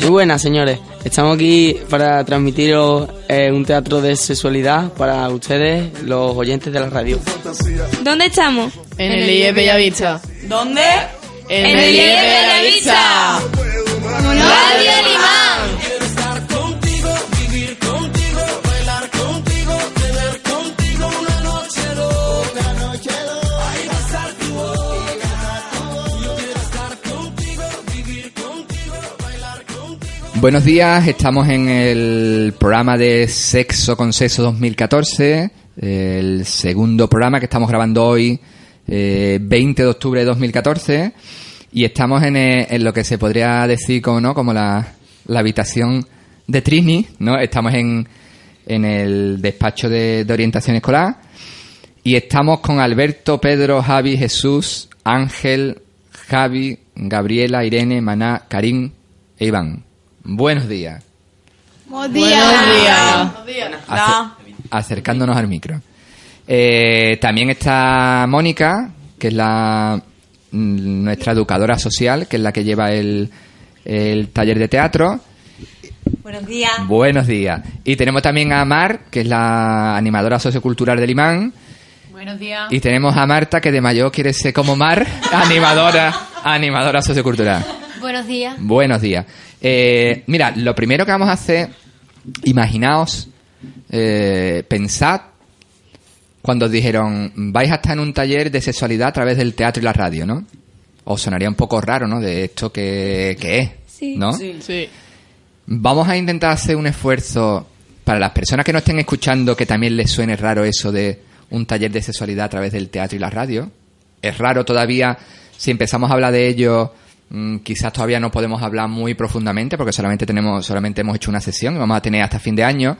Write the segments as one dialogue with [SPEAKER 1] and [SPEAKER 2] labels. [SPEAKER 1] Muy buenas, señores. Estamos aquí para transmitiros eh, un teatro de sexualidad para ustedes, los oyentes de la radio.
[SPEAKER 2] ¿Dónde estamos?
[SPEAKER 3] En el IE Bellavista.
[SPEAKER 4] ¿Dónde?
[SPEAKER 3] En el IE Bellavista.
[SPEAKER 2] Radio Limán.
[SPEAKER 5] Buenos días, estamos en el programa de Sexo con Sexo 2014, el segundo programa que estamos grabando hoy, eh, 20 de octubre de 2014, y estamos en, eh, en lo que se podría decir como, ¿no? como la, la habitación de Trini, ¿no? estamos en, en el despacho de, de orientación escolar, y estamos con Alberto, Pedro, Javi, Jesús, Ángel, Javi, Gabriela, Irene, Maná, Karim e Iván. Buenos días.
[SPEAKER 2] Buenos
[SPEAKER 3] Buenos días.
[SPEAKER 5] Ace- acercándonos al micro. Eh, también está Mónica, que es la mm, nuestra educadora social, que es la que lleva el, el taller de teatro.
[SPEAKER 4] Buenos días.
[SPEAKER 5] Buenos días. Y tenemos también a Mar, que es la animadora sociocultural del imán.
[SPEAKER 3] Buenos días.
[SPEAKER 5] Y tenemos a Marta, que de mayor quiere ser como Mar, animadora, animadora sociocultural.
[SPEAKER 6] Buenos días.
[SPEAKER 5] Buenos días. Eh, mira, lo primero que vamos a hacer, imaginaos, eh, pensad cuando os dijeron, vais a estar en un taller de sexualidad a través del teatro y la radio, ¿no? Os sonaría un poco raro, ¿no? De esto que, que es,
[SPEAKER 2] Sí.
[SPEAKER 5] ¿no?
[SPEAKER 3] Sí.
[SPEAKER 5] Vamos a intentar hacer un esfuerzo para las personas que no estén escuchando que también les suene raro eso de un taller de sexualidad a través del teatro y la radio. Es raro todavía, si empezamos a hablar de ello, mm, quizás todavía no podemos hablar muy profundamente porque solamente tenemos solamente hemos hecho una sesión y vamos a tener hasta fin de año,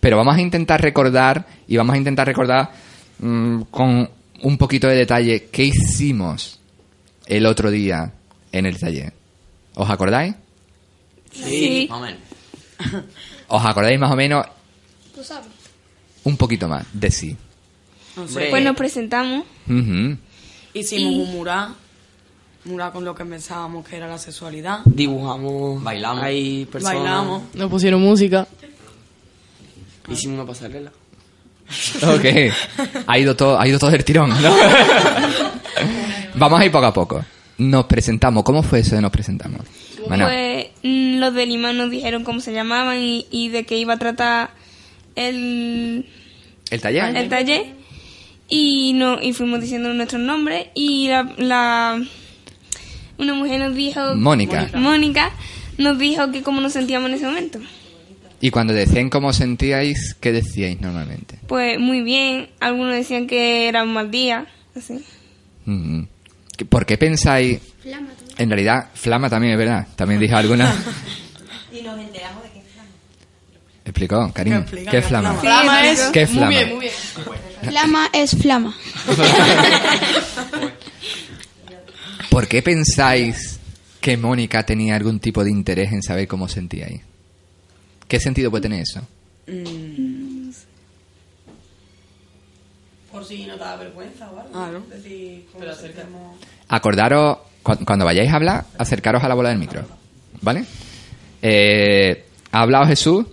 [SPEAKER 5] pero vamos a intentar recordar y vamos a intentar recordar mm, con un poquito de detalle qué hicimos el otro día en el taller. ¿Os acordáis?
[SPEAKER 2] Sí.
[SPEAKER 5] ¿Os acordáis más o menos? Un poquito más de sí.
[SPEAKER 4] Hombre.
[SPEAKER 2] Pues nos presentamos.
[SPEAKER 5] Ujú.
[SPEAKER 4] Hicimos un mural. Mural con lo que pensábamos que era la sexualidad.
[SPEAKER 1] Dibujamos.
[SPEAKER 7] Bailamos.
[SPEAKER 1] Hay personas.
[SPEAKER 4] Bailamos.
[SPEAKER 3] Nos pusieron música.
[SPEAKER 1] Hicimos una pasarela.
[SPEAKER 5] Ok. Ha ido todo, ha ido todo el tirón, ¿no? Vamos a ir poco a poco. Nos presentamos. ¿Cómo fue eso de nos presentamos? Bueno,
[SPEAKER 2] Pues mm, los del imán nos dijeron cómo se llamaban y, y de qué iba a tratar el,
[SPEAKER 5] el taller.
[SPEAKER 2] el taller. Y, no, y fuimos diciendo nuestros nombres y la, la- una mujer nos dijo...
[SPEAKER 5] Mónica.
[SPEAKER 2] Mónica nos dijo que cómo nos sentíamos en ese momento.
[SPEAKER 5] Y cuando decían cómo os sentíais, ¿qué decíais normalmente?
[SPEAKER 2] Pues muy bien, algunos decían que era un mal día, así.
[SPEAKER 5] Ujú. ¿Por qué pensáis? En realidad, flama también es verdad. También dijo alguna.
[SPEAKER 4] Y nos enteramos de que flama.
[SPEAKER 5] Explicó, cariño.
[SPEAKER 4] explica
[SPEAKER 5] ¿Qué
[SPEAKER 4] qué
[SPEAKER 5] flama?
[SPEAKER 4] flama?
[SPEAKER 3] Flama
[SPEAKER 2] Sí,
[SPEAKER 3] es.
[SPEAKER 5] ¿Qué
[SPEAKER 3] Muy
[SPEAKER 5] flama?
[SPEAKER 3] bien, muy bien.
[SPEAKER 8] Flama es flama.
[SPEAKER 5] ¿Por qué pensáis que Mónica tenía algún tipo de interés en saber cómo sentíais? ¿Qué sentido puede tener eso?
[SPEAKER 4] Por si no te da vergüenza o algo. Ah, ¿no? Pero acercamos.
[SPEAKER 5] Acordaros, cu- cuando vayáis a hablar, acercaros a la bola del micro. ¿Vale? Eh, ha hablado Jesús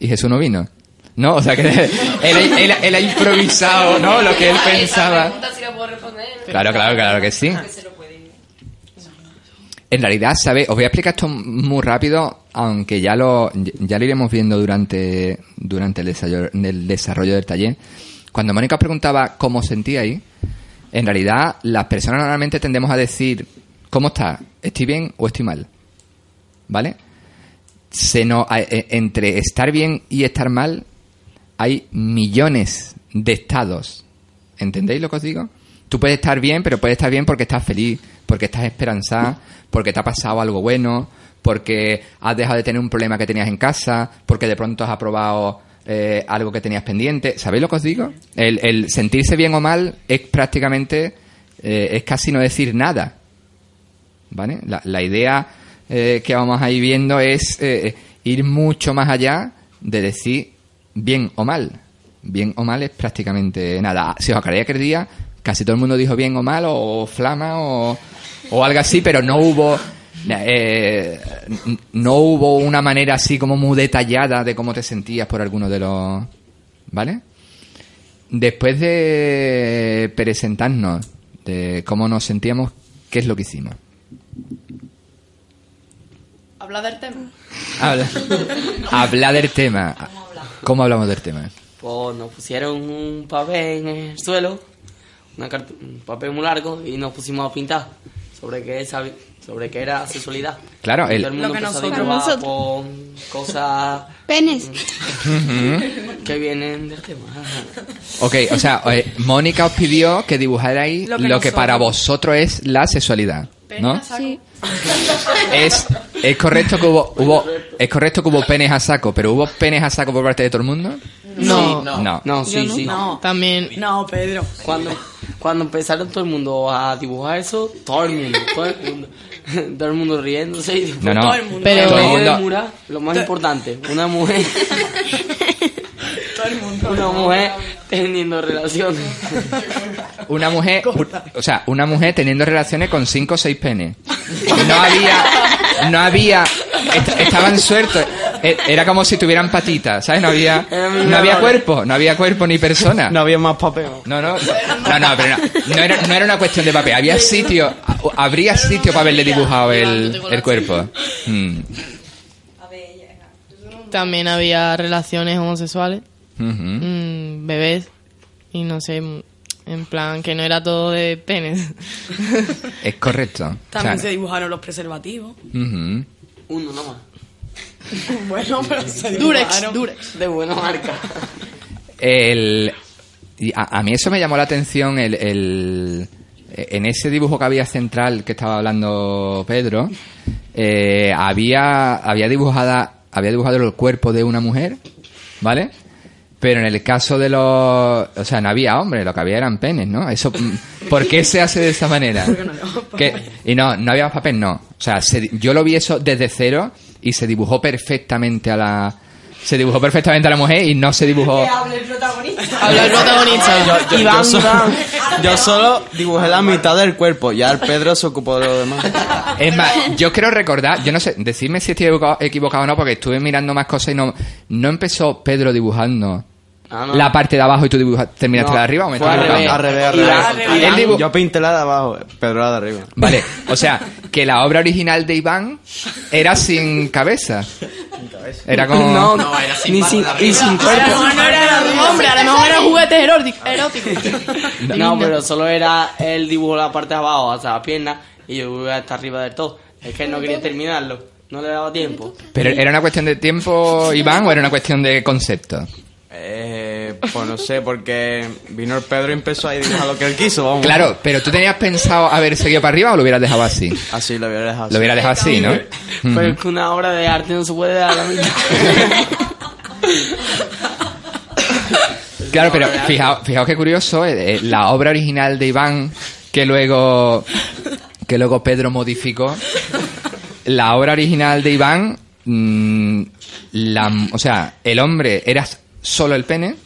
[SPEAKER 5] y Jesús no vino. No, o sea que él, él- él ha improvisado, ¿no? Lo que él pensaba. Claro, claro, claro que sí. En realidad, ¿sabes? Os voy a explicar esto muy rápido, aunque ya lo, ya lo iremos viendo durante, durante el, desarrollo, el desarrollo del taller. Cuando Mónica os preguntaba cómo os sentíais, en realidad las personas normalmente tendemos a decir, ¿cómo está? ¿Estoy bien o estoy mal? ¿Vale? Se nos- a- e- entre estar bien y estar mal hay millones de estados. ¿Entendéis lo que os digo? Tú puedes estar bien, pero puedes estar bien porque estás feliz, porque estás esperanzada, porque te ha pasado algo bueno, porque has dejado de tener un problema que tenías en casa, porque de pronto has aprobado eh, algo que tenías pendiente. ¿Sabéis lo que os digo? El, el sentirse bien o mal es prácticamente, eh, es casi no decir nada. ¿Vale? La, la idea eh, que vamos a ir viendo es eh, ir mucho más allá de decir bien o mal. Bien o mal es prácticamente nada. Si os acordáis aquel día, casi todo el mundo dijo bien o mal o flama o, o algo así, pero no hubo... eh, n- no hubo una manera así como muy detallada de cómo te sentías por alguno de los... ¿Vale? Después de presentarnos, de cómo nos sentíamos, ¿qué es lo que hicimos?
[SPEAKER 3] Habla del tema.
[SPEAKER 5] Habla, habla del tema. ¿Cómo hablamos del tema?
[SPEAKER 1] Pues nos pusieron un papel en el suelo, una cart- un papel muy largo, y nos pusimos a pintar sobre qué, sabi- sobre qué era sexualidad.
[SPEAKER 5] Claro,
[SPEAKER 1] Y
[SPEAKER 5] el-
[SPEAKER 1] todo el mundo
[SPEAKER 4] Lo que
[SPEAKER 1] empezó a
[SPEAKER 4] nosotros-
[SPEAKER 1] dibujar
[SPEAKER 2] nosotros.
[SPEAKER 1] con cosas
[SPEAKER 8] Penes.
[SPEAKER 1] que vienen del tema.
[SPEAKER 5] Ok, o sea, eh, Mónica os pidió que dibujarais lo
[SPEAKER 4] Lo
[SPEAKER 5] que,
[SPEAKER 4] que nosotros-
[SPEAKER 5] para vosotros es la sexualidad, ¿no?
[SPEAKER 8] Sí.
[SPEAKER 5] Es, es correcto que hubo, hubo es correcto que hubo penes a saco, pero hubo penes a saco por parte de todo el mundo?
[SPEAKER 3] No.
[SPEAKER 5] No.
[SPEAKER 1] No, sí, sí.
[SPEAKER 4] No,
[SPEAKER 3] También.
[SPEAKER 4] no, Pedro.
[SPEAKER 1] Cuando, cuando empezaron todo el mundo a dibujar eso, todo el mundo, todo el mundo, todo el mundo riéndose y
[SPEAKER 5] No,
[SPEAKER 1] después
[SPEAKER 5] no.
[SPEAKER 4] Todo el mundo.
[SPEAKER 3] Pero-
[SPEAKER 5] Todo el
[SPEAKER 1] medio de
[SPEAKER 5] mundo-
[SPEAKER 1] Mura, lo más importante, una mujer,
[SPEAKER 4] Todo el mundo.
[SPEAKER 1] una mujer teniendo relaciones.
[SPEAKER 5] una mujer, o sea, una mujer teniendo relaciones con cinco o seis penes. No había, no había, est- estaban sueltos. E- Era como si tuvieran patitas, ¿sabes? No había, no había cuerpo, no había cuerpo ni persona.
[SPEAKER 1] había más papel.
[SPEAKER 5] No, no, no, no, pero no, no era, no era una cuestión de papel. Había sitio, habría sitio para haberle dibujado el, el cuerpo. Mm,
[SPEAKER 3] También había relaciones homosexuales,
[SPEAKER 5] ujú.
[SPEAKER 3] mm, bebés y no sé, mm, en plan que no era todo de penes.
[SPEAKER 5] Es correcto.
[SPEAKER 4] También
[SPEAKER 5] Claro.
[SPEAKER 4] se dibujaron los preservativos.
[SPEAKER 5] Ujú.
[SPEAKER 1] Uno nomás.
[SPEAKER 4] Bueno, pero se
[SPEAKER 3] Durex,
[SPEAKER 4] dibujaron.
[SPEAKER 3] Durex.
[SPEAKER 1] De buena marca.
[SPEAKER 5] El, y a, a mí eso me llamó la atención el, el- en ese dibujo que había central que estaba hablando Pedro eh, había había dibujada había dibujado el cuerpo de una mujer vale pero en el caso de los o sea no había hombres lo que había eran penes no eso mm, ¿por qué se hace de esa manera Que- y no no había papel no o sea se- yo lo vi eso desde cero y se dibujó perfectamente a la se dibujó perfectamente a la mujer y no se dibujó
[SPEAKER 3] Habla el protagonista.
[SPEAKER 6] Yo, yo- yo solo, yo solo dibujé la mitad del cuerpo, ya el Pedro se ocupó de lo demás.
[SPEAKER 5] Es más, yo quiero recordar, yo no sé, decidme si estoy equivocado, equivocado o no, porque estuve mirando más cosas y no, no empezó Pedro dibujando
[SPEAKER 1] Ah, no.
[SPEAKER 5] la parte de abajo y tú dibuja- terminaste la de arriba o me
[SPEAKER 1] fue
[SPEAKER 5] estoy
[SPEAKER 1] al
[SPEAKER 5] equivocando?
[SPEAKER 1] revés.
[SPEAKER 6] Al revés,
[SPEAKER 1] Y
[SPEAKER 6] al revés.
[SPEAKER 1] la-
[SPEAKER 5] y la- Él dibu-
[SPEAKER 6] Yo pinté la de abajo, Pedro la de arriba.
[SPEAKER 5] Vale, o sea, que la obra original de Iván era sin cabeza. Era como...
[SPEAKER 1] No, ni sin, y sin
[SPEAKER 3] A lo
[SPEAKER 1] cuerpo.
[SPEAKER 3] mejor no era hombre, a lo mejor eran juguetes erótic- eróticos.
[SPEAKER 1] No, pero solo era el dibujo de la parte de abajo, hasta la pierna, y yo dibujé hasta arriba del todo. Es que no quería terminarlo, no le daba tiempo.
[SPEAKER 5] Pero era una cuestión de tiempo, Iván, o era una cuestión de concepto.
[SPEAKER 6] Eh, pues no sé, porque vino el Pedro y empezó a dibujar lo que él quiso, vamos.
[SPEAKER 5] Claro, pero tú tenías pensado haber seguido para arriba o lo hubieras dejado así.
[SPEAKER 6] Así Ah, lo hubiera dejado.
[SPEAKER 5] Lo hubiera dejado así, ¿no?
[SPEAKER 1] Pero es que una obra de arte no se puede dar a la mitad.
[SPEAKER 5] Claro, pero fijaos, fijaos qué curioso, eh, eh, la obra original de Iván, que luego, que luego Pedro modificó, la obra original de Iván, mm, la, o sea, el hombre era solo el pene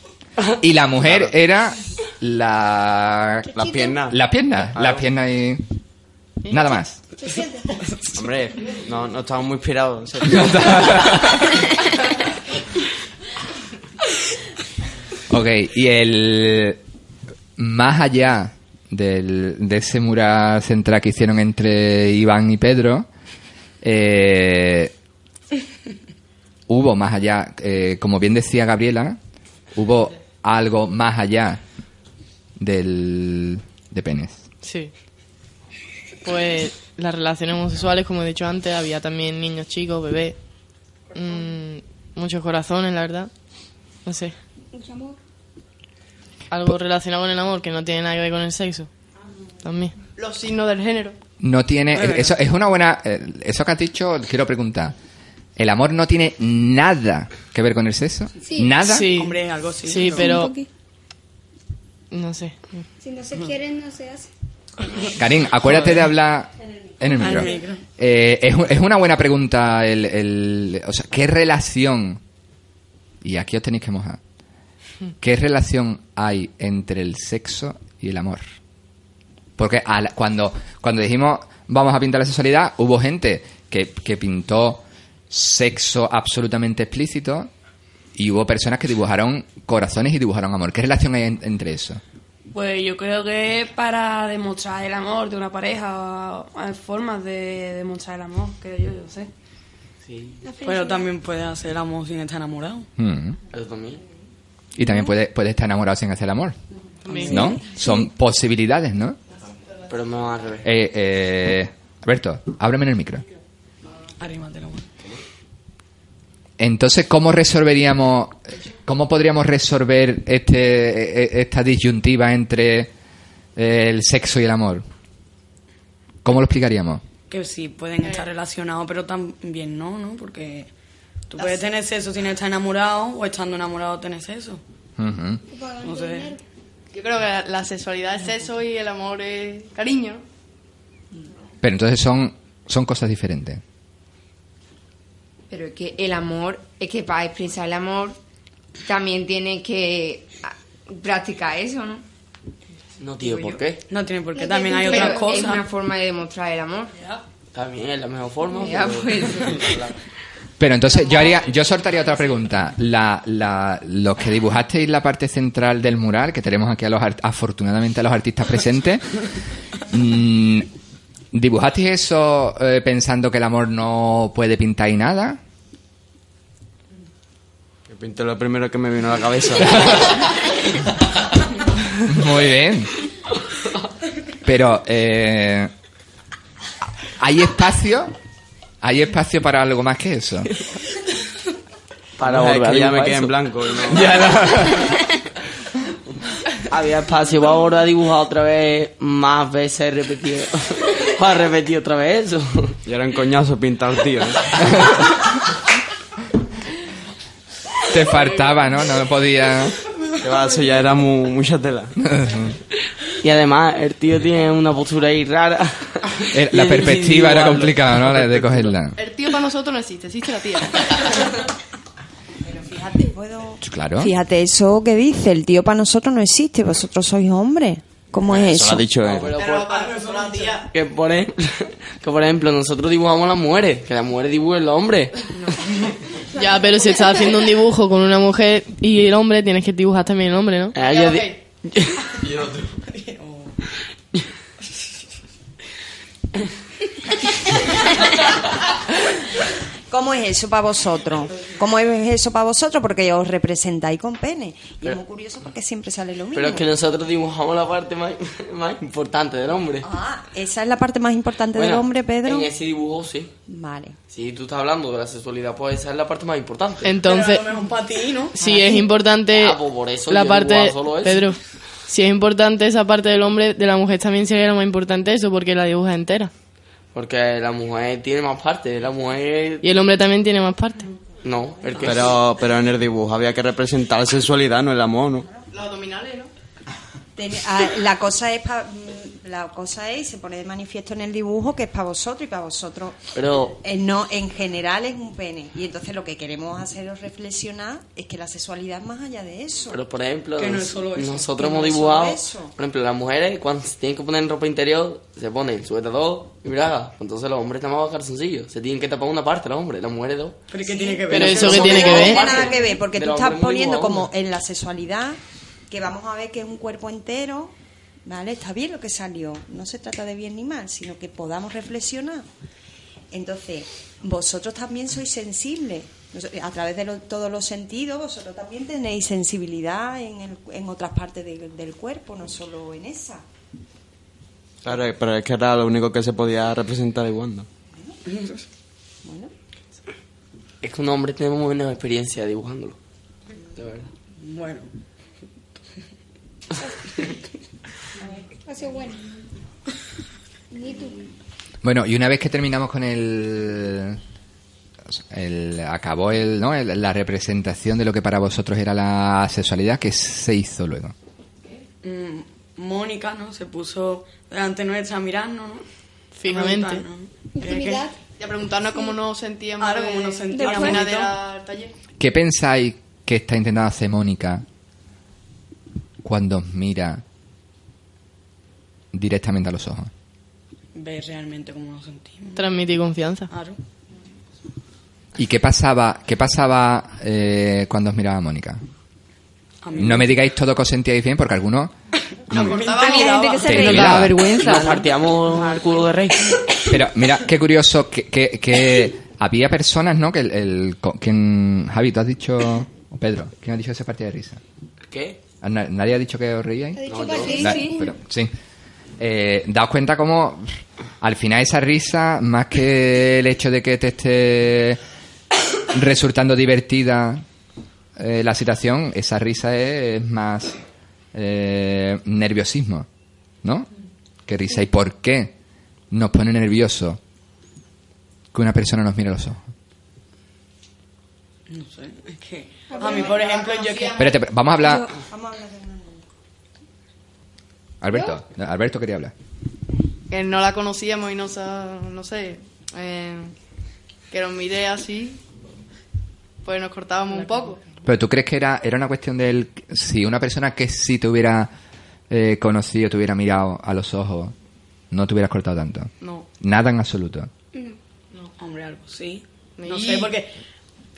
[SPEAKER 5] y la mujer era la...
[SPEAKER 6] Las piernas.
[SPEAKER 5] Las piernas, las piernas y... Nada más.
[SPEAKER 6] Hombre, no, no estaba muy inspirado. en serio.
[SPEAKER 5] Ok, y el... Más allá del, de ese mural central que hicieron entre Iván y Pedro, eh, hubo más allá, eh, como bien decía Gabriela, hubo algo más allá del... de penes.
[SPEAKER 3] Sí. Pues las relaciones homosexuales, como he dicho antes, había también niños, chicos, bebés. Mm, muchos corazones, la verdad. No sé. Algo relacionado con el amor que no tiene nada que ver con el sexo. también. Los signos del género.
[SPEAKER 5] No tiene. Eso es una buena. eh, Eso que has dicho, quiero preguntar. ¿El amor no tiene nada que ver con el sexo?
[SPEAKER 8] Sí.
[SPEAKER 5] ¿Nada?
[SPEAKER 3] Sí,
[SPEAKER 4] Hombre, algo así.
[SPEAKER 3] sí,
[SPEAKER 8] Un
[SPEAKER 3] pero
[SPEAKER 8] poquito.
[SPEAKER 3] no sé.
[SPEAKER 8] Si no se quieren, no se hace.
[SPEAKER 5] Karim, acuérdate de hablar en el
[SPEAKER 4] Al
[SPEAKER 5] micro.
[SPEAKER 4] micro.
[SPEAKER 5] Eh, es, u- es una buena pregunta. El, el- o sea, ¿qué relación? Y aquí os tenéis que mojar. ¿Qué relación hay entre el sexo y el amor? Porque al- cuando, cuando dijimos vamos a pintar la sexualidad, hubo gente que, que pintó sexo absolutamente explícito y hubo personas que dibujaron corazones y dibujaron amor. ¿Qué relación hay en- entre eso?
[SPEAKER 4] Pues yo creo que es para demostrar el amor de una pareja, hay formas de demostrar el amor, creo yo, yo sé.
[SPEAKER 1] Sí,
[SPEAKER 4] Pero también puedes hacer amor sin estar enamorado.
[SPEAKER 5] Hmm.
[SPEAKER 1] eso también.
[SPEAKER 5] Y también puede, puede estar enamorado sin hacer amor. ¿No? Son posibilidades, ¿no?
[SPEAKER 1] Pero no al revés.
[SPEAKER 5] Eh, eh, Alberto, ábreme en el micro.
[SPEAKER 4] Arrímate la mano.
[SPEAKER 5] Entonces, ¿cómo resolveríamos, cómo podríamos resolver este, eh, esta disyuntiva entre eh, el sexo y el amor? ¿Cómo lo explicaríamos?
[SPEAKER 4] Que sí, pueden estar
[SPEAKER 3] Eh.
[SPEAKER 4] relacionados, pero también no, ¿no? Porque tú puedes tener sexo sin estar enamorado o estando enamorado tener sexo.
[SPEAKER 5] Ujú.
[SPEAKER 4] No sé.
[SPEAKER 7] Yo creo que la sexualidad es sexo y el amor es cariño.
[SPEAKER 5] Pero entonces son, son cosas diferentes.
[SPEAKER 9] Pero es que el amor, es que para expresar el amor también tiene que ah, practicar eso, ¿no?
[SPEAKER 1] No, tío, ¿por qué?
[SPEAKER 4] No tiene por qué, también hay
[SPEAKER 9] Pero
[SPEAKER 4] otras
[SPEAKER 9] Es una
[SPEAKER 4] cosas.
[SPEAKER 9] forma de demostrar el amor.
[SPEAKER 1] También es la mejor forma.
[SPEAKER 9] Ya,
[SPEAKER 1] pero-
[SPEAKER 9] pues.
[SPEAKER 1] Claro.
[SPEAKER 5] Pero entonces yo haría, yo soltaría otra pregunta. La, la, los que dibujasteis la parte central del mural, que tenemos aquí a los art- afortunadamente a los artistas presentes, mm, ¿dibujasteis eso eh, pensando que el amor no puede pintar y nada?
[SPEAKER 6] Yo pinté lo primero que me vino a la cabeza.
[SPEAKER 5] Muy bien. Pero eh, hay espacio, hay espacio para algo más que eso.
[SPEAKER 6] Para
[SPEAKER 1] volver
[SPEAKER 6] es
[SPEAKER 1] a
[SPEAKER 6] que ya
[SPEAKER 1] dibujar
[SPEAKER 6] me quedé
[SPEAKER 1] eso.
[SPEAKER 6] en blanco. y no-
[SPEAKER 1] Había espacio para ahora dibujar otra vez, más veces repetido. para repetir otra vez eso.
[SPEAKER 6] Y era un coñazo pintar, tío. ¿eh?
[SPEAKER 5] Te faltaba, ¿no? No podía. eh,
[SPEAKER 6] Que va, eso ya era mu- mucha tela.
[SPEAKER 1] Y además, el tío tiene una postura ahí rara.
[SPEAKER 5] Eh, La
[SPEAKER 1] Y es
[SPEAKER 5] perspectiva era
[SPEAKER 1] individual.
[SPEAKER 5] complicada, ¿no? La de cogerla.
[SPEAKER 7] El tío para nosotros no existe, existe la tía.
[SPEAKER 5] Claro.
[SPEAKER 10] Fíjate, eso que dice, el tío para nosotros no existe, vosotros sois hombres. ¿Cómo es
[SPEAKER 6] Eso lo
[SPEAKER 10] eso?
[SPEAKER 6] ha dicho él.
[SPEAKER 1] Pero por-
[SPEAKER 10] Ah,
[SPEAKER 1] que, por ej- que por ejemplo, nosotros dibujamos a las mujeres, que las mujeres dibujen los hombres.
[SPEAKER 3] Ya, pero si estás haciendo un dibujo con una mujer y el hombre, tienes que dibujar también el hombre, ¿no?
[SPEAKER 1] Eh, yo di-
[SPEAKER 10] ¿Cómo es eso para vosotros? ¿Cómo es eso para vosotros? Porque os representáis con pene. Y es muy curioso porque siempre sale lo mismo.
[SPEAKER 1] Pero es que nosotros dibujamos la parte más, más importante del hombre.
[SPEAKER 10] Ah, esa es la parte más importante del
[SPEAKER 1] Bueno,
[SPEAKER 10] hombre, Pedro.
[SPEAKER 1] En ese dibujo, sí.
[SPEAKER 10] Vale.
[SPEAKER 1] Si tú estás hablando de la sexualidad, pues esa es la parte más importante.
[SPEAKER 10] Eh.
[SPEAKER 3] Entonces, si es importante
[SPEAKER 1] Ah, pues por eso
[SPEAKER 3] la
[SPEAKER 1] yo
[SPEAKER 3] parte
[SPEAKER 1] dibujaba solo eso.
[SPEAKER 3] Pedro, si es importante esa parte del hombre, de la mujer también sería lo más importante eso porque la dibuja entera
[SPEAKER 1] Porque la mujer tiene más partes, la mujer...
[SPEAKER 3] y el hombre también tiene más partes.
[SPEAKER 1] No, el que...
[SPEAKER 6] Pero, pero en el dibujo había que representar la sexualidad, no el amor, ¿no?
[SPEAKER 10] Ten- ah, la cosa es pa- mm, la cosa es y se pone de manifiesto en el dibujo que es para vosotros y para vosotros
[SPEAKER 1] Pero
[SPEAKER 10] eh, no en general es un pene y entonces lo que queremos haceros reflexionar es que la sexualidad es más allá de eso
[SPEAKER 1] Pero por ejemplo,
[SPEAKER 4] Que no es
[SPEAKER 1] nos-
[SPEAKER 4] solo eso.
[SPEAKER 1] nosotros
[SPEAKER 10] Que
[SPEAKER 1] hemos
[SPEAKER 10] no es solo
[SPEAKER 1] dibujado,
[SPEAKER 10] eso.
[SPEAKER 1] por ejemplo, las mujeres cuando se tienen que poner en ropa interior se ponen suétero y braga. Entonces los hombres están más calzoncillos, se tienen que tapar una parte los hombres, las mujeres dos.
[SPEAKER 4] Pero ¿qué tiene que ver?
[SPEAKER 3] Pero eso
[SPEAKER 1] pero
[SPEAKER 3] que
[SPEAKER 1] son
[SPEAKER 3] tiene que
[SPEAKER 10] no
[SPEAKER 3] ver.
[SPEAKER 10] tiene nada que ver porque
[SPEAKER 1] De
[SPEAKER 10] tú
[SPEAKER 1] los
[SPEAKER 10] estás
[SPEAKER 1] hombres muy
[SPEAKER 10] poniendo como
[SPEAKER 1] guapos.
[SPEAKER 10] en la sexualidad que vamos a ver que es un cuerpo entero vale está bien lo que salió no se trata de bien ni mal sino que podamos reflexionar entonces vosotros también sois sensibles Nos- a través de lo- todos los sentidos vosotros también tenéis sensibilidad en, el- en otras partes de- del cuerpo no solo en esa
[SPEAKER 6] Claro, pero es que era lo único que se podía representar igual, ¿no?
[SPEAKER 1] Es que un hombre tiene muy buena experiencia dibujándolo. De verdad.
[SPEAKER 4] Bueno,
[SPEAKER 8] Ha sido bueno. Ni tú.
[SPEAKER 5] Bueno, y una vez que terminamos con el. el- acabó el, ¿no? El- la representación de lo que para vosotros era la sexualidad, que se hizo luego.
[SPEAKER 4] Mm, Mónica, ¿no? Se puso delante nuestra a mirarnos, ¿no?
[SPEAKER 3] Fijamente.
[SPEAKER 4] A preguntarnos, ¿no?
[SPEAKER 7] Intimidad. Y a preguntarnos cómo nos sentíamos.
[SPEAKER 4] Claro, cómo nos
[SPEAKER 7] de-
[SPEAKER 4] sentíamos
[SPEAKER 7] Al final
[SPEAKER 4] y todo.
[SPEAKER 7] del taller.
[SPEAKER 5] ¿Qué pensáis que está intentando hacer Mónica cuando os mira directamente a los ojos?
[SPEAKER 4] Ver realmente cómo nos sentimos.
[SPEAKER 3] Transmitir confianza.
[SPEAKER 4] Claro.
[SPEAKER 5] ¿Y qué pasaba, qué pasaba eh, cuando os miraba Mónica?
[SPEAKER 4] A mí
[SPEAKER 5] No me digáis todo que os sentíais bien, porque algunos
[SPEAKER 3] Ah,
[SPEAKER 5] Te
[SPEAKER 1] Te
[SPEAKER 5] miraba.
[SPEAKER 1] daba vergüenza. Nos partíamos al culo de rey.
[SPEAKER 5] Pero mira, qué curioso que, que- que había personas, ¿no? Que el, el- co- quien- Javi, tú has dicho... o Pedro, ¿quién ha dicho esa partida de risa?
[SPEAKER 1] ¿Qué?
[SPEAKER 5] ¿A na- ¿Nadie ha dicho que os reíais?
[SPEAKER 1] dicho No,
[SPEAKER 10] Pues
[SPEAKER 1] yo. sí,
[SPEAKER 5] Da-
[SPEAKER 1] sí.
[SPEAKER 5] pero- sí. Eh, daos cuenta como al final esa risa, más que el hecho de que te esté resultando divertida eh, la situación, esa risa es, es más eh, nerviosismo, ¿no? Que risa. ¿Y por qué nos pone nervioso que una persona nos mire a los ojos?
[SPEAKER 4] No sé, es que... A mí, por ejemplo, yo que...
[SPEAKER 5] Espérate, pero vamos a hablar-
[SPEAKER 10] Vamos a hablar de una
[SPEAKER 5] Alberto, Alberto quería hablar.
[SPEAKER 7] Que no la conocíamos y no, sa- no sé. eh, que nos miré así. Pues nos cortábamos un poco.
[SPEAKER 5] Pero tú crees que era, era una cuestión del. Si una persona que sí te hubiera eh, conocido, te hubiera mirado a los ojos, no te hubieras cortado tanto.
[SPEAKER 4] No.
[SPEAKER 5] Nada en absoluto.
[SPEAKER 4] No, hombre, algo sí. No
[SPEAKER 7] Y-
[SPEAKER 4] sé, porque...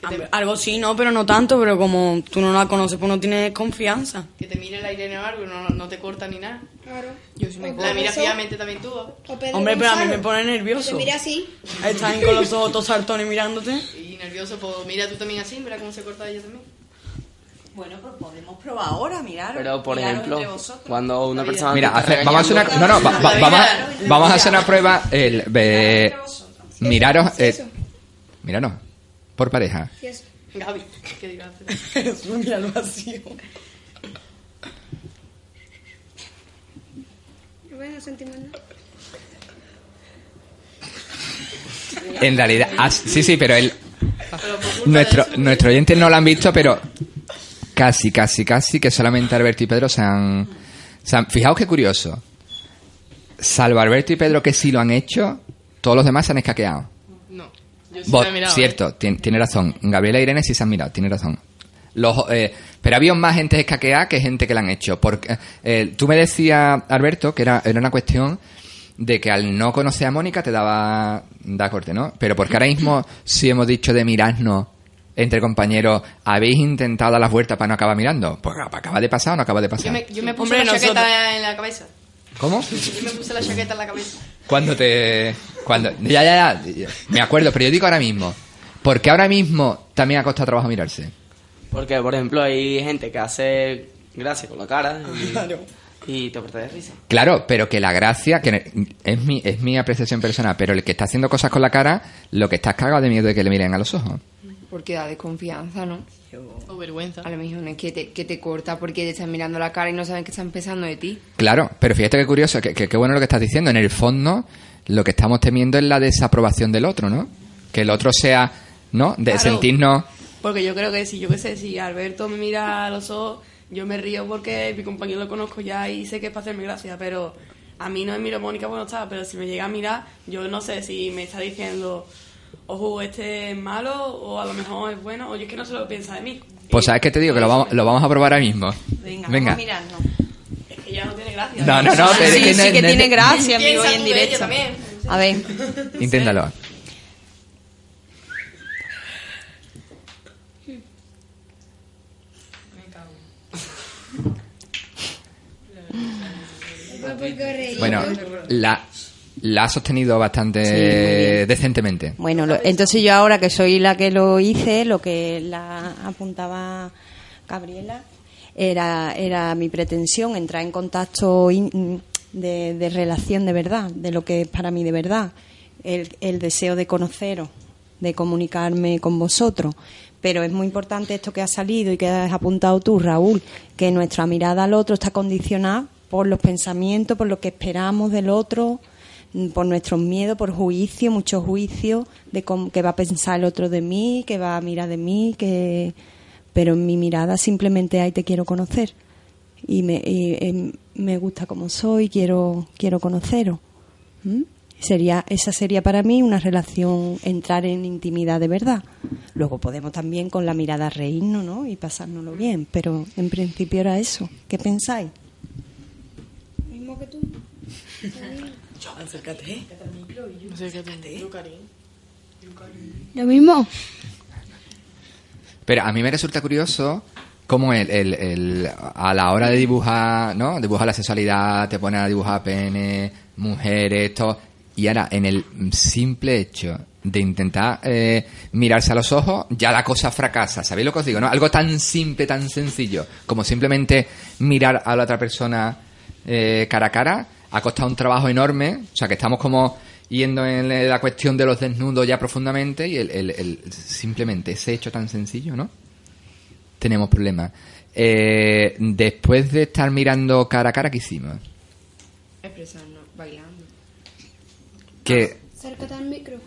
[SPEAKER 4] Hombre, Algo sí, no, pero no tanto, pero como tú no la conoces, pues no tienes confianza.
[SPEAKER 7] Que te mire la Irene o algo, no, no te corta ni nada.
[SPEAKER 8] Claro.
[SPEAKER 7] Yo sí me
[SPEAKER 8] corto.
[SPEAKER 7] La mira
[SPEAKER 8] Eso-
[SPEAKER 7] fijamente también tú. ¿eh?
[SPEAKER 4] Hombre, pero a mí me pone nervioso.
[SPEAKER 8] Te mira así.
[SPEAKER 4] Estás ahí con los ojos todos saltones mirándote.
[SPEAKER 7] Y nervioso, pues mira tú también así, mira cómo se corta ella también.
[SPEAKER 10] Bueno, pues podemos probar ahora, mirar.
[SPEAKER 1] Pero, por ejemplo, cuando una persona...
[SPEAKER 5] Mira,
[SPEAKER 1] te está
[SPEAKER 5] hace- vamos a hacer una. No,
[SPEAKER 1] regañando-
[SPEAKER 5] no, va- va- vamos, a, vamos a hacer una prueba. El, ve- miraros. eh, miranos. Por pareja.
[SPEAKER 7] Gaby, ¿qué dirás?
[SPEAKER 4] Míralo así.
[SPEAKER 8] Bueno, sentimos nada.
[SPEAKER 5] En realidad. ah, sí, sí, pero el. Nuestro, nuestro oyente no lo han visto, pero casi, casi, casi que solamente Alberto y Pedro se han, se han- Fijaos qué curioso. Salvo Alberto y Pedro que sí lo han hecho, todos los demás se han escaqueado.
[SPEAKER 3] No. Yo sí
[SPEAKER 5] Bo-
[SPEAKER 3] la he mirado.
[SPEAKER 7] ¿eh?
[SPEAKER 5] cierto, tien- tiene, razón. Gabriela e Irene sí se han mirado, tiene razón. Los, eh, pero había más gente escaqueada que gente que la han hecho. Porque, eh, tú me decías, Alberto, que era, era una cuestión de que al no conocer a Mónica te daba da corte, ¿no? Pero porque ahora mismo si hemos dicho de mirarnos entre compañeros, ¿habéis intentado dar las vueltas para no acabar mirando? Pues acaba de pasar o no acaba de
[SPEAKER 7] Yo
[SPEAKER 5] pasar.
[SPEAKER 7] me, yo me puse
[SPEAKER 4] Hombre,
[SPEAKER 7] la chaqueta
[SPEAKER 4] nosotros-
[SPEAKER 7] en la cabeza.
[SPEAKER 5] ¿Cómo?
[SPEAKER 7] Yo me puse la chaqueta en la cabeza.
[SPEAKER 5] Cuando te. Cuando. Ya, ya, ya. Me acuerdo, pero yo digo ahora mismo. Porque ahora mismo también ha costado trabajo mirarse.
[SPEAKER 1] Porque, por ejemplo, hay gente que hace gracia con la cara y, y te parte de risa.
[SPEAKER 5] Claro, pero que la gracia, que es mi, es mi apreciación personal, pero el que está haciendo cosas con la cara, lo que está es cagado de miedo de que le miren a los ojos.
[SPEAKER 9] Porque da desconfianza, ¿no?
[SPEAKER 3] O vergüenza.
[SPEAKER 9] A lo mejor es que te, que te corta porque te están mirando la cara y no saben que están pensando de ti.
[SPEAKER 5] Claro, pero fíjate qué curioso, que, que- qué bueno lo que estás diciendo. En el fondo, lo que estamos temiendo es la desaprobación del otro, ¿no? Que el otro sea, ¿no? De
[SPEAKER 11] Claro.
[SPEAKER 5] sentirnos.
[SPEAKER 11] Porque yo creo que si yo qué sé, si Alberto me mira a los ojos, yo me río porque mi compañero lo conozco ya y sé que es para hacerme gracia, pero a mí no me miro Mónica bueno está, pero si me llega a mirar, yo no sé si me está diciendo, ojo, este es malo o a lo mejor es bueno, o yo es que no se lo piensa de mí.
[SPEAKER 5] Pues sabes qué te digo, que lo vamos, lo vamos a probar ahora mismo. Venga.
[SPEAKER 11] Es que ya no tiene gracia.
[SPEAKER 5] No, no, no, pero es que no- no-
[SPEAKER 11] gracia,
[SPEAKER 8] amigo,
[SPEAKER 11] Piensa
[SPEAKER 8] y en
[SPEAKER 11] tú de ella
[SPEAKER 8] directo.
[SPEAKER 11] también.
[SPEAKER 10] A ver.
[SPEAKER 5] Inténtalo. Bueno, la, la ha sostenido bastante
[SPEAKER 10] Sí, muy bien.
[SPEAKER 5] decentemente.
[SPEAKER 10] Bueno, lo- entonces yo ahora que soy la que lo hice, lo que la apuntaba Gabriela, era, era mi pretensión entrar en contacto in- mm, de, de relación de verdad, de lo que es para mí de verdad, el, el deseo de conoceros, de comunicarme con vosotros. Pero es muy importante esto que ha salido y que has apuntado tú, Raúl, que nuestra mirada al otro está condicionada por los pensamientos, por lo que esperamos del otro, mm, por nuestros miedos, por juicio, mucho juicio de cómo, qué va a pensar el otro de mí, qué va a mirar de mí, que pero en mi mirada simplemente hay te quiero conocer y me, y, em, me gusta como soy, quiero quiero conoceros. ¿Mm? Sería, esa sería para mí una relación, entrar en intimidad de verdad. Luego podemos también con la mirada reírnos ¿no? y pasárnoslo bien, pero en principio era eso. ¿Qué pensáis?
[SPEAKER 8] Mismo que tú.
[SPEAKER 4] Yo, acércate. Acércate.
[SPEAKER 8] Lo mismo.
[SPEAKER 5] Pero a mí me resulta curioso cómo el, el- el- a la hora de dibujar, ¿no? Dibuja la sexualidad, te pone a dibujar pene, mujeres, todo. Y ahora, en el simple hecho de intentar eh, mirarse a los ojos, ya la cosa fracasa. ¿Sabéis lo que os digo? ¿No? Algo tan simple, tan sencillo, como simplemente mirar a la otra persona eh, cara a cara, ha costado un trabajo enorme. O sea, que estamos como yendo en la cuestión de los desnudos ya profundamente y el, el- el- simplemente ese hecho tan sencillo, ¿no? Tenemos problemas. Eh, después de estar mirando cara a cara, ¿qué hicimos?
[SPEAKER 9] Expresarnos, bailando.
[SPEAKER 5] ¿Qué,
[SPEAKER 8] Acércate al micro.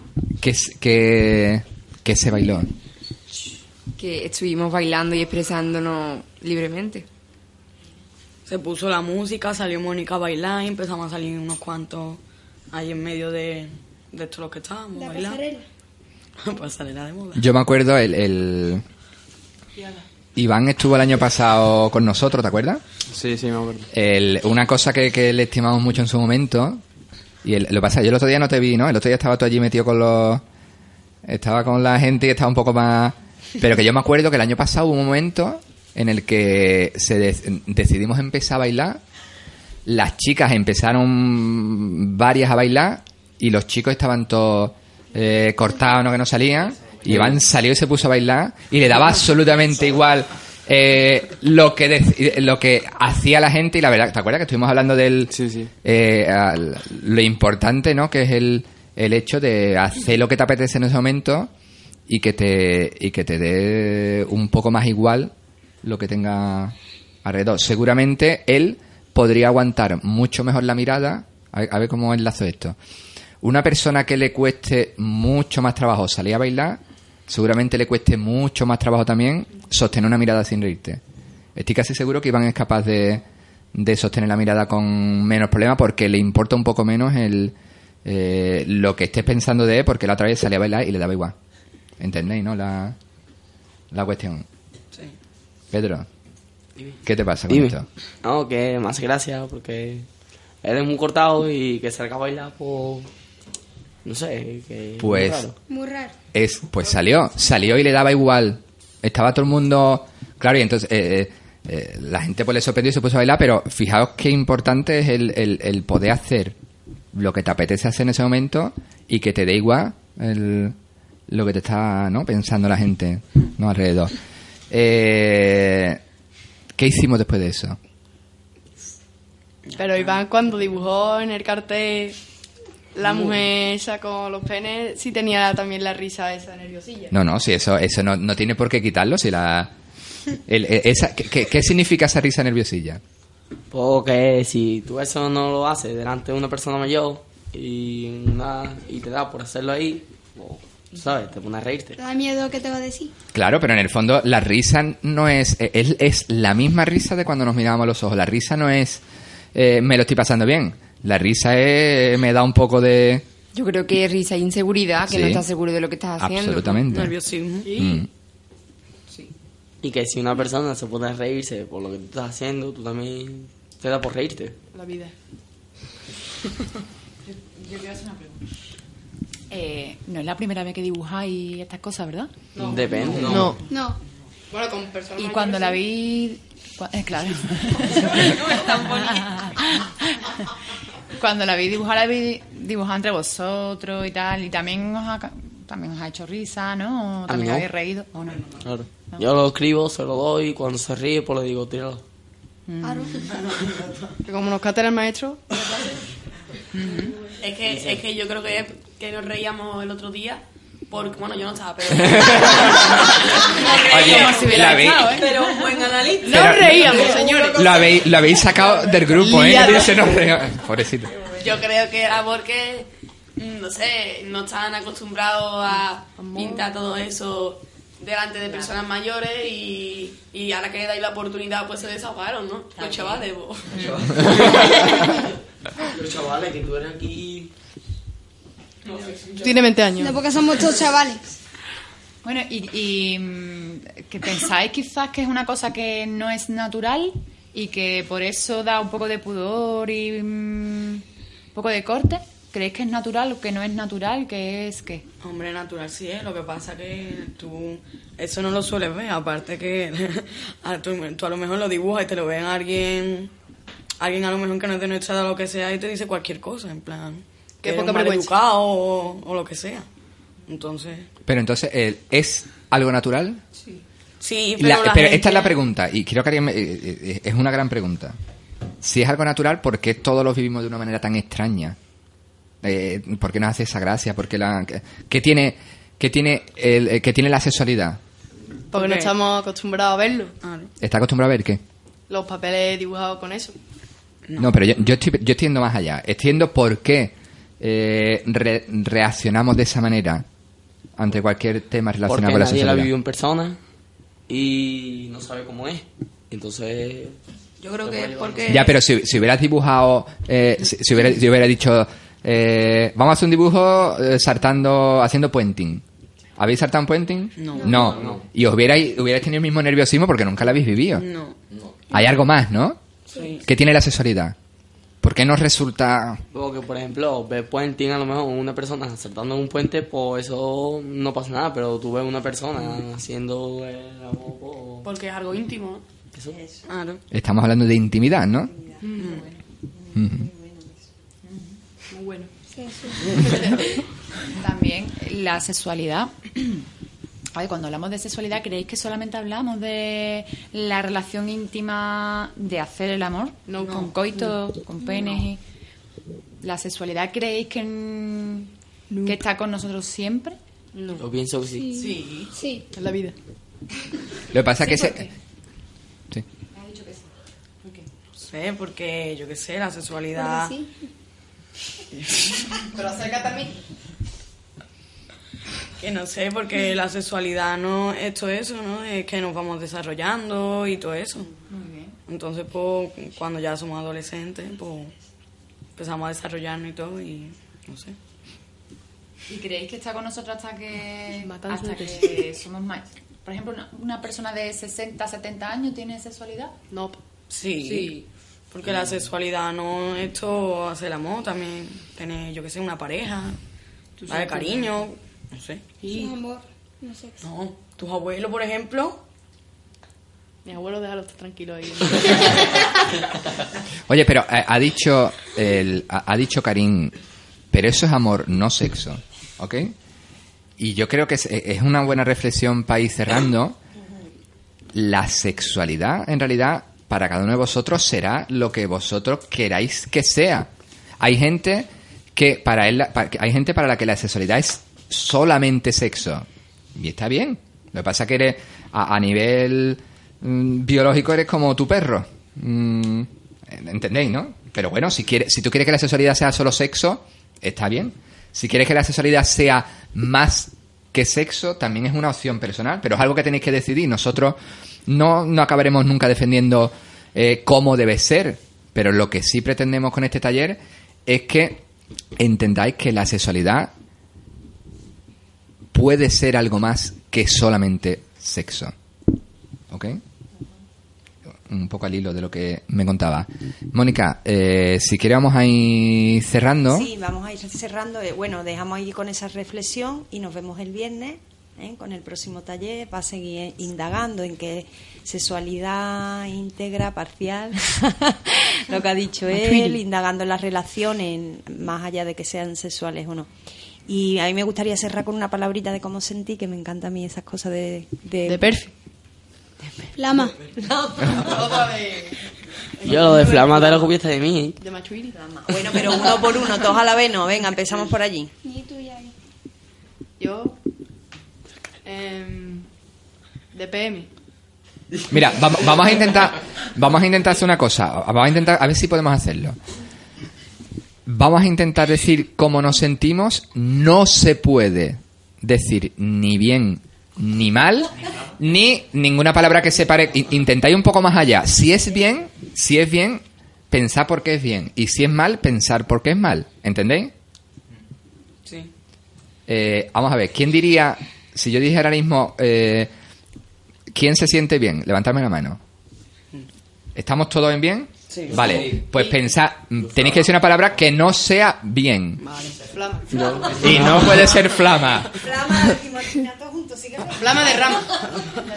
[SPEAKER 5] qué, se- qué- qué se bailó?
[SPEAKER 9] Que estuvimos bailando y expresándonos libremente.
[SPEAKER 4] Se puso la música, salió Mónica a bailar y empezamos a salir unos cuantos ahí en medio de, de todos los que estábamos
[SPEAKER 8] La
[SPEAKER 4] bailando.
[SPEAKER 8] pasarela.
[SPEAKER 4] pasarela de moda.
[SPEAKER 5] Yo me acuerdo, el, el- Iván estuvo el año pasado con nosotros, ¿te acuerdas?
[SPEAKER 6] Sí, sí, me acuerdo.
[SPEAKER 5] El- una cosa que, que le estimamos mucho en su momento, y el- lo que pasa, yo el otro día no te vi, ¿no? El otro día estaba tú allí metido con los... Estaba con la gente y estaba un poco más... Pero que yo me acuerdo que el año pasado hubo un momento en el que se de- decidimos empezar a bailar, las chicas empezaron varias a bailar y los chicos estaban todos eh, cortados, no que no salían. Y Iván salió y se puso a bailar y le daba absolutamente igual eh, lo que dec- lo que hacía la gente y la verdad, ¿te acuerdas que estuvimos hablando del eh, al- lo importante, ¿no? Que es el, el hecho de hacer lo que te apetece en ese momento y que te y que te dé un poco más igual lo que tenga alrededor. Seguramente él podría aguantar mucho mejor la mirada. A ver, a ver cómo enlazo esto. Una persona que le cueste mucho más trabajo salir a bailar, seguramente le cueste mucho más trabajo también sostener una mirada sin reírte. Estoy casi seguro que Iván es capaz de, de sostener la mirada con menos problema porque le importa un poco menos el eh, lo que estés pensando de él porque la otra vez salía a bailar y le daba igual. ¿Entendéis, no? La, la cuestión.
[SPEAKER 4] Sí.
[SPEAKER 5] Pedro,
[SPEAKER 1] Dime.
[SPEAKER 5] ¿qué te pasa con
[SPEAKER 1] Dime.
[SPEAKER 5] esto?
[SPEAKER 1] No, que me hace gracia porque eres muy cortado y que salga a bailar, pues. No sé, que. es
[SPEAKER 5] Pues-
[SPEAKER 1] muy raro.
[SPEAKER 8] Muy raro.
[SPEAKER 5] Es, pues salió, salió y le daba igual. Estaba todo el mundo. Claro, y entonces eh, eh, eh, la gente pues le sorprendió y se puso a bailar, pero fijaos qué importante es el, el- el poder hacer lo que te apetece hacer en ese momento y que te dé igual el- lo que te está ¿no? pensando la gente ¿no? alrededor. Eh, ¿Qué hicimos después de eso?
[SPEAKER 7] Pero Iván cuando dibujó en el cartel la mujer esa con los penes, sí tenía también la risa esa nerviosilla.
[SPEAKER 5] No, no, si eso, eso no, no tiene por qué quitarlo. Si la, el- el- esa, ¿qué- qué, qué significa esa risa nerviosilla?
[SPEAKER 1] Porque si tú eso no lo haces delante de una persona mayor y, una- y te da por hacerlo ahí, o, ¿sabes? Te pones a reírte.
[SPEAKER 8] Te da miedo que te va a decir.
[SPEAKER 5] Claro, pero en el fondo la risa no es, eh, es, es la misma risa de cuando nos mirábamos a los ojos. La risa no es eh, me lo estoy pasando bien. La risa es me da un poco de...
[SPEAKER 9] Yo creo que es risa e inseguridad, que
[SPEAKER 5] Sí.
[SPEAKER 9] no estás seguro de lo que estás haciendo.
[SPEAKER 5] Absolutamente.
[SPEAKER 4] Nerviosismo.
[SPEAKER 5] Mm.
[SPEAKER 1] Y que si una persona se pone a reírse por lo que tú estás haciendo, tú también te da por reírte.
[SPEAKER 7] La vida.
[SPEAKER 12] Yo quiero hacer una pregunta. Eh, no es la primera vez que dibujáis estas cosas, ¿verdad?
[SPEAKER 1] Depende.
[SPEAKER 7] No. No.
[SPEAKER 12] No.
[SPEAKER 7] Bueno, con personas
[SPEAKER 12] Y
[SPEAKER 7] mayores,
[SPEAKER 12] cuando la
[SPEAKER 7] sí.
[SPEAKER 12] vi... cua- eh, claro.
[SPEAKER 7] No es tan bonita.
[SPEAKER 12] cuando la vi dibujar, la vi dibujar entre vosotros y tal. Y también os ha, ca- también os ha hecho risa, ¿no? O
[SPEAKER 1] mí
[SPEAKER 12] También
[SPEAKER 1] no.
[SPEAKER 12] habéis reído. ¿O Oh, no?
[SPEAKER 1] Claro. Yo lo escribo, se lo doy, y cuando se ríe, pues le digo, tíralo.
[SPEAKER 7] Que como nos cata el maestro,
[SPEAKER 4] Es que, es que yo creo que, que nos reíamos el otro día
[SPEAKER 11] Porque, bueno, yo no estaba, pero.
[SPEAKER 5] Oye,
[SPEAKER 11] Como si hubiera
[SPEAKER 5] la veis-
[SPEAKER 11] estado, ¿eh? Pero un buen analista.
[SPEAKER 5] Pero- Lo habéis, lo habéis sacado del grupo, ¿eh?
[SPEAKER 11] Liado.
[SPEAKER 5] Dice, no, pero- pobrecito.
[SPEAKER 11] Yo creo que era porque, mm, no sé, no estaban acostumbrados a pintar todo eso delante de personas mayores y, y ahora que le dais la oportunidad, pues se desahogaron, ¿no? Los chavales, pues.
[SPEAKER 1] Los chavales que estuvieron aquí. No sé.
[SPEAKER 3] Tiene 20 años.
[SPEAKER 8] No, porque somos todos chavales.
[SPEAKER 12] Bueno, y, y, mm, que pensáis quizás que es una cosa que no es natural y que por eso da un poco de pudor y mm, un poco de corte. ¿Creéis que es natural o que no es natural? que es que
[SPEAKER 4] Hombre, natural sí es, lo que pasa que tú eso no lo sueles ver, aparte que a tú, tú a lo mejor lo dibujas y te lo ven a alguien, alguien a lo mejor que no es de nuestra edad o lo que sea y te dice cualquier cosa, en plan,
[SPEAKER 11] Qué
[SPEAKER 4] que
[SPEAKER 11] poca
[SPEAKER 4] poco
[SPEAKER 11] vergüenza.
[SPEAKER 4] educado o, o lo que sea. Entonces,
[SPEAKER 5] Pero entonces, el- ¿es algo natural?
[SPEAKER 4] sí,
[SPEAKER 5] La-
[SPEAKER 4] pero, la
[SPEAKER 5] pero
[SPEAKER 4] gente-
[SPEAKER 5] esta es la pregunta, y creo que alguien me- eh, eh, eh, es una gran pregunta. Si es algo natural, ¿por qué todos los vivimos de una manera tan extraña? Eh, ¿Por qué nos hace esa gracia? ¿Por qué la, qué- qué tiene, qué tiene, el, eh, qué tiene la sexualidad?
[SPEAKER 7] Porque no
[SPEAKER 3] Ok.
[SPEAKER 7] estamos acostumbrados a verlo.
[SPEAKER 12] Ah,
[SPEAKER 5] ¿Está acostumbrado a ver qué?
[SPEAKER 7] Los papeles dibujados con eso.
[SPEAKER 5] No, pero yo, yo, estoy, yo entiendo más allá. Entiendo por qué eh, re- reaccionamos de esa manera ante cualquier tema
[SPEAKER 1] Porque
[SPEAKER 5] relacionado con la
[SPEAKER 1] nadie la
[SPEAKER 5] sexualidad.
[SPEAKER 1] vivió en persona y no sabe cómo es. Entonces.
[SPEAKER 11] Yo creo que es porque.
[SPEAKER 5] Ya, pero si, si hubieras dibujado, eh, si, si hubiera, si hubiera dicho, eh, vamos a hacer un dibujo eh, saltando, haciendo puenting. ¿Habéis saltado un puenting?
[SPEAKER 4] No.
[SPEAKER 5] No.
[SPEAKER 4] No.
[SPEAKER 5] Y os hubierais, hubierais tenido el mismo nerviosismo porque nunca lo habéis vivido.
[SPEAKER 4] No.
[SPEAKER 5] Hay algo más, ¿no?
[SPEAKER 4] Sí.
[SPEAKER 5] ¿Qué tiene la sexualidad? ¿Por qué nos resulta...?
[SPEAKER 1] Luego que, por ejemplo, ves puenting a lo mejor una persona saltando en un puente, pues eso no pasa nada, pero tú ves una persona haciendo el pues, abobo.
[SPEAKER 11] Porque es algo íntimo.
[SPEAKER 1] Eso
[SPEAKER 11] es.
[SPEAKER 4] Claro.
[SPEAKER 5] Estamos hablando de intimidad, ¿no? Ujú.
[SPEAKER 12] Muy bueno.
[SPEAKER 8] sí.
[SPEAKER 12] También la sexualidad. Ay, cuando hablamos de sexualidad, ¿creéis que solamente hablamos de la relación íntima de hacer el amor? No, con coito, con penes. y- ¿La sexualidad creéis que, mm, que está con nosotros siempre?
[SPEAKER 1] Yo pienso que sí.
[SPEAKER 12] Sí.
[SPEAKER 8] Sí.
[SPEAKER 12] En la vida.
[SPEAKER 5] Lo que pasa es
[SPEAKER 12] Sí,
[SPEAKER 5] que... se-
[SPEAKER 12] porque-
[SPEAKER 4] No sé, Pues, ¿eh? porque yo qué sé, la sexualidad.
[SPEAKER 7] Pero acércate a mí.
[SPEAKER 4] Que no sé, porque la sexualidad no es todo eso, ¿no? Es que nos vamos desarrollando y todo eso.
[SPEAKER 12] Muy bien.
[SPEAKER 4] Entonces, pues, cuando ya somos adolescentes, pues, empezamos a desarrollarnos y todo y no sé.
[SPEAKER 12] ¿Y creéis que está con nosotros hasta que,
[SPEAKER 7] Matan
[SPEAKER 12] hasta
[SPEAKER 7] suertes.
[SPEAKER 12] que somos más? Por ejemplo, una, una persona de 60, 70 años tiene sexualidad.
[SPEAKER 7] No.
[SPEAKER 4] Sí.
[SPEAKER 12] Sí.
[SPEAKER 4] Porque
[SPEAKER 11] Mm.
[SPEAKER 4] la sexualidad no es todo hacer el amor, también tener, yo qué sé, una pareja,
[SPEAKER 11] Tú
[SPEAKER 4] darle
[SPEAKER 11] sabes que-
[SPEAKER 4] cariño, no sé.
[SPEAKER 8] Sin amor, no sé.
[SPEAKER 4] No, tus abuelos, por ejemplo.
[SPEAKER 7] Mi abuelo, déjalo estar tranquilo ahí.
[SPEAKER 5] Oye, pero eh, ha dicho el, ha, ha dicho Karim, pero eso es amor, no sexo, ¿ok? Y yo creo que es, eh, es una buena reflexión para ir cerrando. La sexualidad, en realidad, para cada uno de vosotros será lo que vosotros queráis que sea. Hay gente que para él, la- pa- que hay gente para la que la sexualidad es solamente sexo y está bien. Lo que pasa que eres a, a nivel mm, biológico eres como tu perro. Mm, ¿Entendéis, no? Pero bueno, si, quieres, si tú quieres que la sexualidad sea solo sexo, está bien. Si quieres que la sexualidad sea más que sexo, también es una opción personal, pero es algo que tenéis que decidir. Nosotros no, no acabaremos nunca defendiendo eh, cómo debe ser, pero lo que sí pretendemos con este taller es que entendáis que la sexualidad puede ser algo más que solamente sexo. ¿Ok? Un poco al hilo de lo que me contaba. Mónica, eh, si quieres vamos a ir cerrando.
[SPEAKER 10] Sí, vamos a ir cerrando. Eh, Bueno, dejamos ahí con esa reflexión y nos vemos el viernes ¿eh? con el próximo taller. Va a seguir indagando en qué sexualidad íntegra, parcial, lo que ha dicho él, indagando en las relaciones, más allá de que sean sexuales o no. Y a mí me gustaría cerrar con una palabrita de cómo sentí, que me encanta a mí esas cosas de... De,
[SPEAKER 7] De perfil.
[SPEAKER 8] Lama.
[SPEAKER 1] Yo lo de flama te lo cubierta de mí, ¿eh?
[SPEAKER 7] De Machuiri.
[SPEAKER 10] Bueno, pero uno por uno, todos a la vez no. Venga, empezamos por allí.
[SPEAKER 8] Ni tú ya.
[SPEAKER 7] Yo Em, DPM.
[SPEAKER 5] Mira, vamos, vamos a intentar, vamos a intentar hacer una cosa. Vamos a intentar, a ver si podemos hacerlo. Vamos a intentar decir cómo nos sentimos. No se puede decir ni bien ni mal, ni ninguna palabra que se pare. I- Intentáis un poco más allá. Si es bien, si es bien, pensad por qué es bien. Y si es mal, pensar por qué es mal. ¿Entendéis?
[SPEAKER 4] Sí.
[SPEAKER 5] Eh, vamos a ver, ¿quién diría, si yo dijera ahora mismo, eh, ¿quién se siente bien? Levantadme la mano. ¿Estamos todos en bien?
[SPEAKER 4] Sí.
[SPEAKER 5] Vale, pues pensad, mm, tenéis que decir una palabra que no sea bien.
[SPEAKER 7] Flama.
[SPEAKER 5] Y no puede ser flama.
[SPEAKER 7] Flama de rama.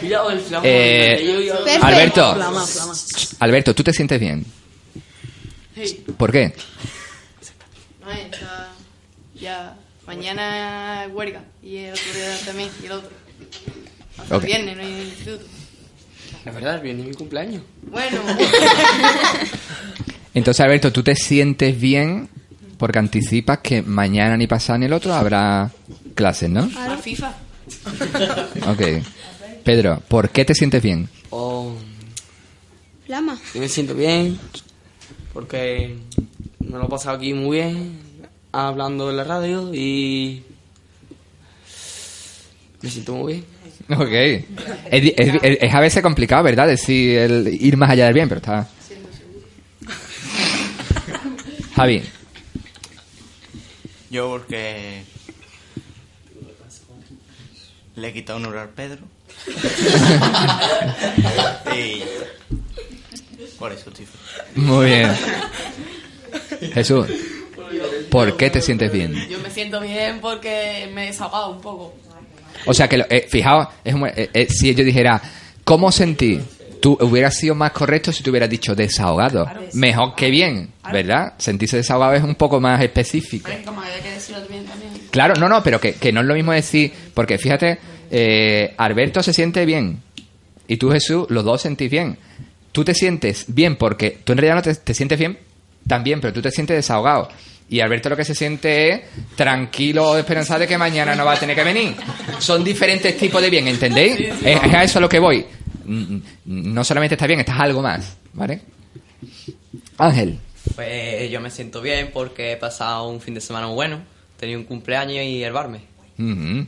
[SPEAKER 1] Cuidado, el flama.
[SPEAKER 5] Eh,
[SPEAKER 1] Perfecto.
[SPEAKER 5] Alberto,
[SPEAKER 1] Flama, flama.
[SPEAKER 5] Alberto, ¿tú te sientes bien?
[SPEAKER 7] Sí.
[SPEAKER 5] ¿Por qué?
[SPEAKER 7] Ay, ya, ya. Mañana huelga. Y el otro día también. Y el otro. Hasta
[SPEAKER 5] Ok.
[SPEAKER 7] el viernes, no hay instituto.
[SPEAKER 1] La verdad, viene mi cumpleaños.
[SPEAKER 7] Bueno.
[SPEAKER 5] Entonces, Alberto, ¿tú te sientes bien? Porque anticipas que mañana ni pasado ni el otro habrá clases, ¿no?
[SPEAKER 7] A FIFA.
[SPEAKER 5] Ok. Pedro, ¿por qué te sientes bien?
[SPEAKER 1] O
[SPEAKER 8] Flama.
[SPEAKER 1] yo Oh. me siento bien porque me lo he pasado aquí muy bien hablando en la radio y me siento muy bien.
[SPEAKER 5] Ok. Es, di- es di- es- es a veces complicado, ¿verdad? Decir el ir más allá del bien, pero está. Javi,
[SPEAKER 13] Yo porque le he quitado un oral a Pedro. y por eso estoy feliz.
[SPEAKER 5] muy bien. Jesús, ¿por qué te sientes bien?
[SPEAKER 11] Yo me siento bien porque me he desahogado un poco.
[SPEAKER 5] O sea que, lo- eh, fijaos, es un- eh, eh, si yo dijera, ¿cómo sentí? Tú hubieras sido más correcto si te hubieras dicho desahogado. Mejor que bien, ¿verdad? Sentirse desahogado es un poco más específico.
[SPEAKER 11] Como había que decirlo bien también.
[SPEAKER 5] Claro, no, no, pero que, que no es lo mismo decir, porque fíjate, eh, Alberto se siente bien y tú Jesús, los dos sentís bien. Tú te sientes bien porque tú en realidad no te, te sientes bien también, pero tú te sientes desahogado. Y Alberto lo que se siente es tranquilo o esperanzado de que mañana no va a tener que venir. Son diferentes tipos de bien, ¿entendéis? Es, es a eso a lo que voy. Mm, mm, No solamente estás bien, estás algo más, ¿vale? Ángel.
[SPEAKER 14] Pues yo me siento bien porque he pasado un fin de semana muy bueno. Tenía un cumpleaños y el barme.
[SPEAKER 5] Ujú.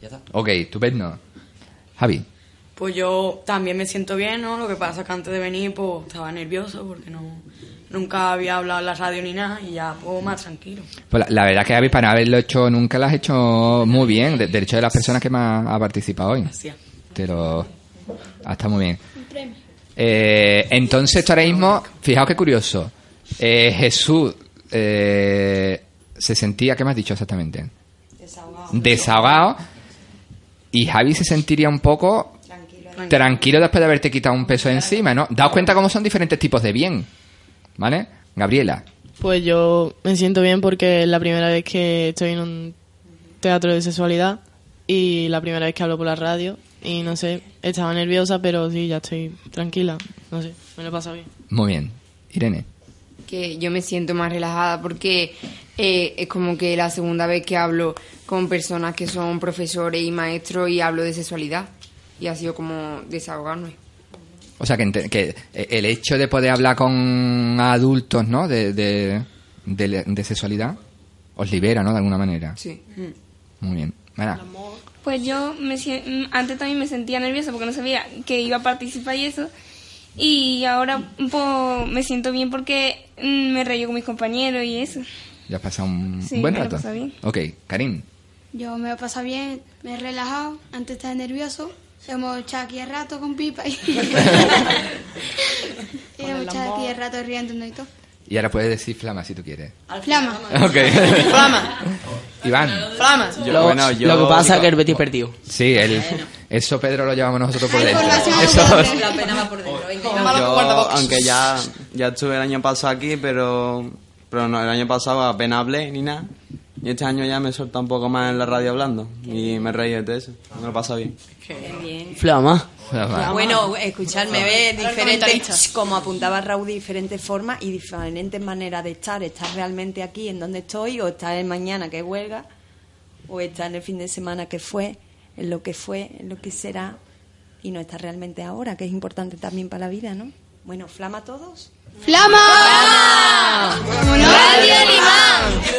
[SPEAKER 14] Ya está.
[SPEAKER 5] Mm-hmm. Ok, estupendo. Javi.
[SPEAKER 4] Pues yo también me siento bien, ¿no? Lo que pasa es que antes de venir, pues estaba nervioso porque no nunca había hablado en la radio ni nada y ya, pues más tranquilo.
[SPEAKER 5] Pues la, la verdad que Javi, para no haberlo hecho nunca, lo has hecho muy bien. De, de hecho, de las personas que más ha participado hoy. Te lo... Ha estado muy bien. Eh, entonces, tú ahora mismo, fijaos qué curioso. Eh, Jesús eh, se sentía, ¿qué me has dicho exactamente? Desahogado. Desahogado. Y Javi se sentiría un poco tranquilo, después de haberte quitado un peso de encima, ¿no? Daos cuenta cómo son diferentes tipos de bien. ¿Vale? Gabriela.
[SPEAKER 3] Pues yo me siento bien porque es la primera vez que estoy en un teatro de sexualidad y la primera vez que hablo por la radio y no sé, estaba nerviosa pero sí, ya estoy tranquila, no sé, me lo he pasado bien.
[SPEAKER 5] Muy bien. Irene.
[SPEAKER 9] que yo me siento más relajada porque eh, es como que la segunda vez que hablo con personas que son profesores y maestros y hablo de sexualidad y ha sido como desahogarme.
[SPEAKER 5] O sea, que, ente- que eh, el hecho de poder hablar con adultos, ¿no? De, de, de, le- de sexualidad, os libera, ¿no? De alguna manera.
[SPEAKER 9] Sí.
[SPEAKER 4] Mm.
[SPEAKER 5] Muy bien. Mara,
[SPEAKER 2] Pues yo me sien- mm, antes también me sentía nerviosa porque no sabía que iba a participar y eso. Y ahora pues, me siento bien porque mm, me reí con mis compañeros y eso.
[SPEAKER 5] ya has pasado un
[SPEAKER 8] Sí,
[SPEAKER 5] un buen
[SPEAKER 8] me lo he
[SPEAKER 5] rato.
[SPEAKER 8] pasado bien.
[SPEAKER 5] Ok, Karim.
[SPEAKER 8] Yo me lo he pasado bien, me he relajado. Antes estaba nervioso. Hemos echado aquí el rato con pipa y. y hemos echado aquí el rato riendo y todo.
[SPEAKER 5] Y ahora puedes decir flama si tú quieres.
[SPEAKER 8] Flama.
[SPEAKER 5] Ok.
[SPEAKER 8] Flama.
[SPEAKER 5] Iván.
[SPEAKER 8] Flama.
[SPEAKER 1] Lo- lo que pasa es que el Betis perdió.
[SPEAKER 5] Sí, el- eso Pedro lo llevamos nosotros por
[SPEAKER 1] Hay
[SPEAKER 5] dentro.
[SPEAKER 1] información
[SPEAKER 5] Eso-
[SPEAKER 1] sobre-
[SPEAKER 10] La pena va por dentro. venga.
[SPEAKER 6] Yo, aunque ya, ya estuve el año pasado aquí, pero, pero no, el año pasado apenas hablé ni nada. Y este año ya me solta un poco más en la radio hablando. Y me reí de eso. Me lo pasa bien.
[SPEAKER 1] Flama.
[SPEAKER 6] Flama.
[SPEAKER 10] Bueno, escucharme, ve
[SPEAKER 4] Ahora el
[SPEAKER 10] diferentes,
[SPEAKER 4] comentarista.
[SPEAKER 10] como apuntaba Raúl, diferentes formas y diferentes maneras de estar. Estás realmente aquí en donde estoy, o estás el mañana que huelga, o estás en el fin de semana que fue. en lo que fue, en lo que será y no está realmente ahora, que es importante también para la vida, ¿no? Bueno, flama a todos.
[SPEAKER 15] ¡Flama! ¡Flama! ¡Vámonos! ¡Radio Limán!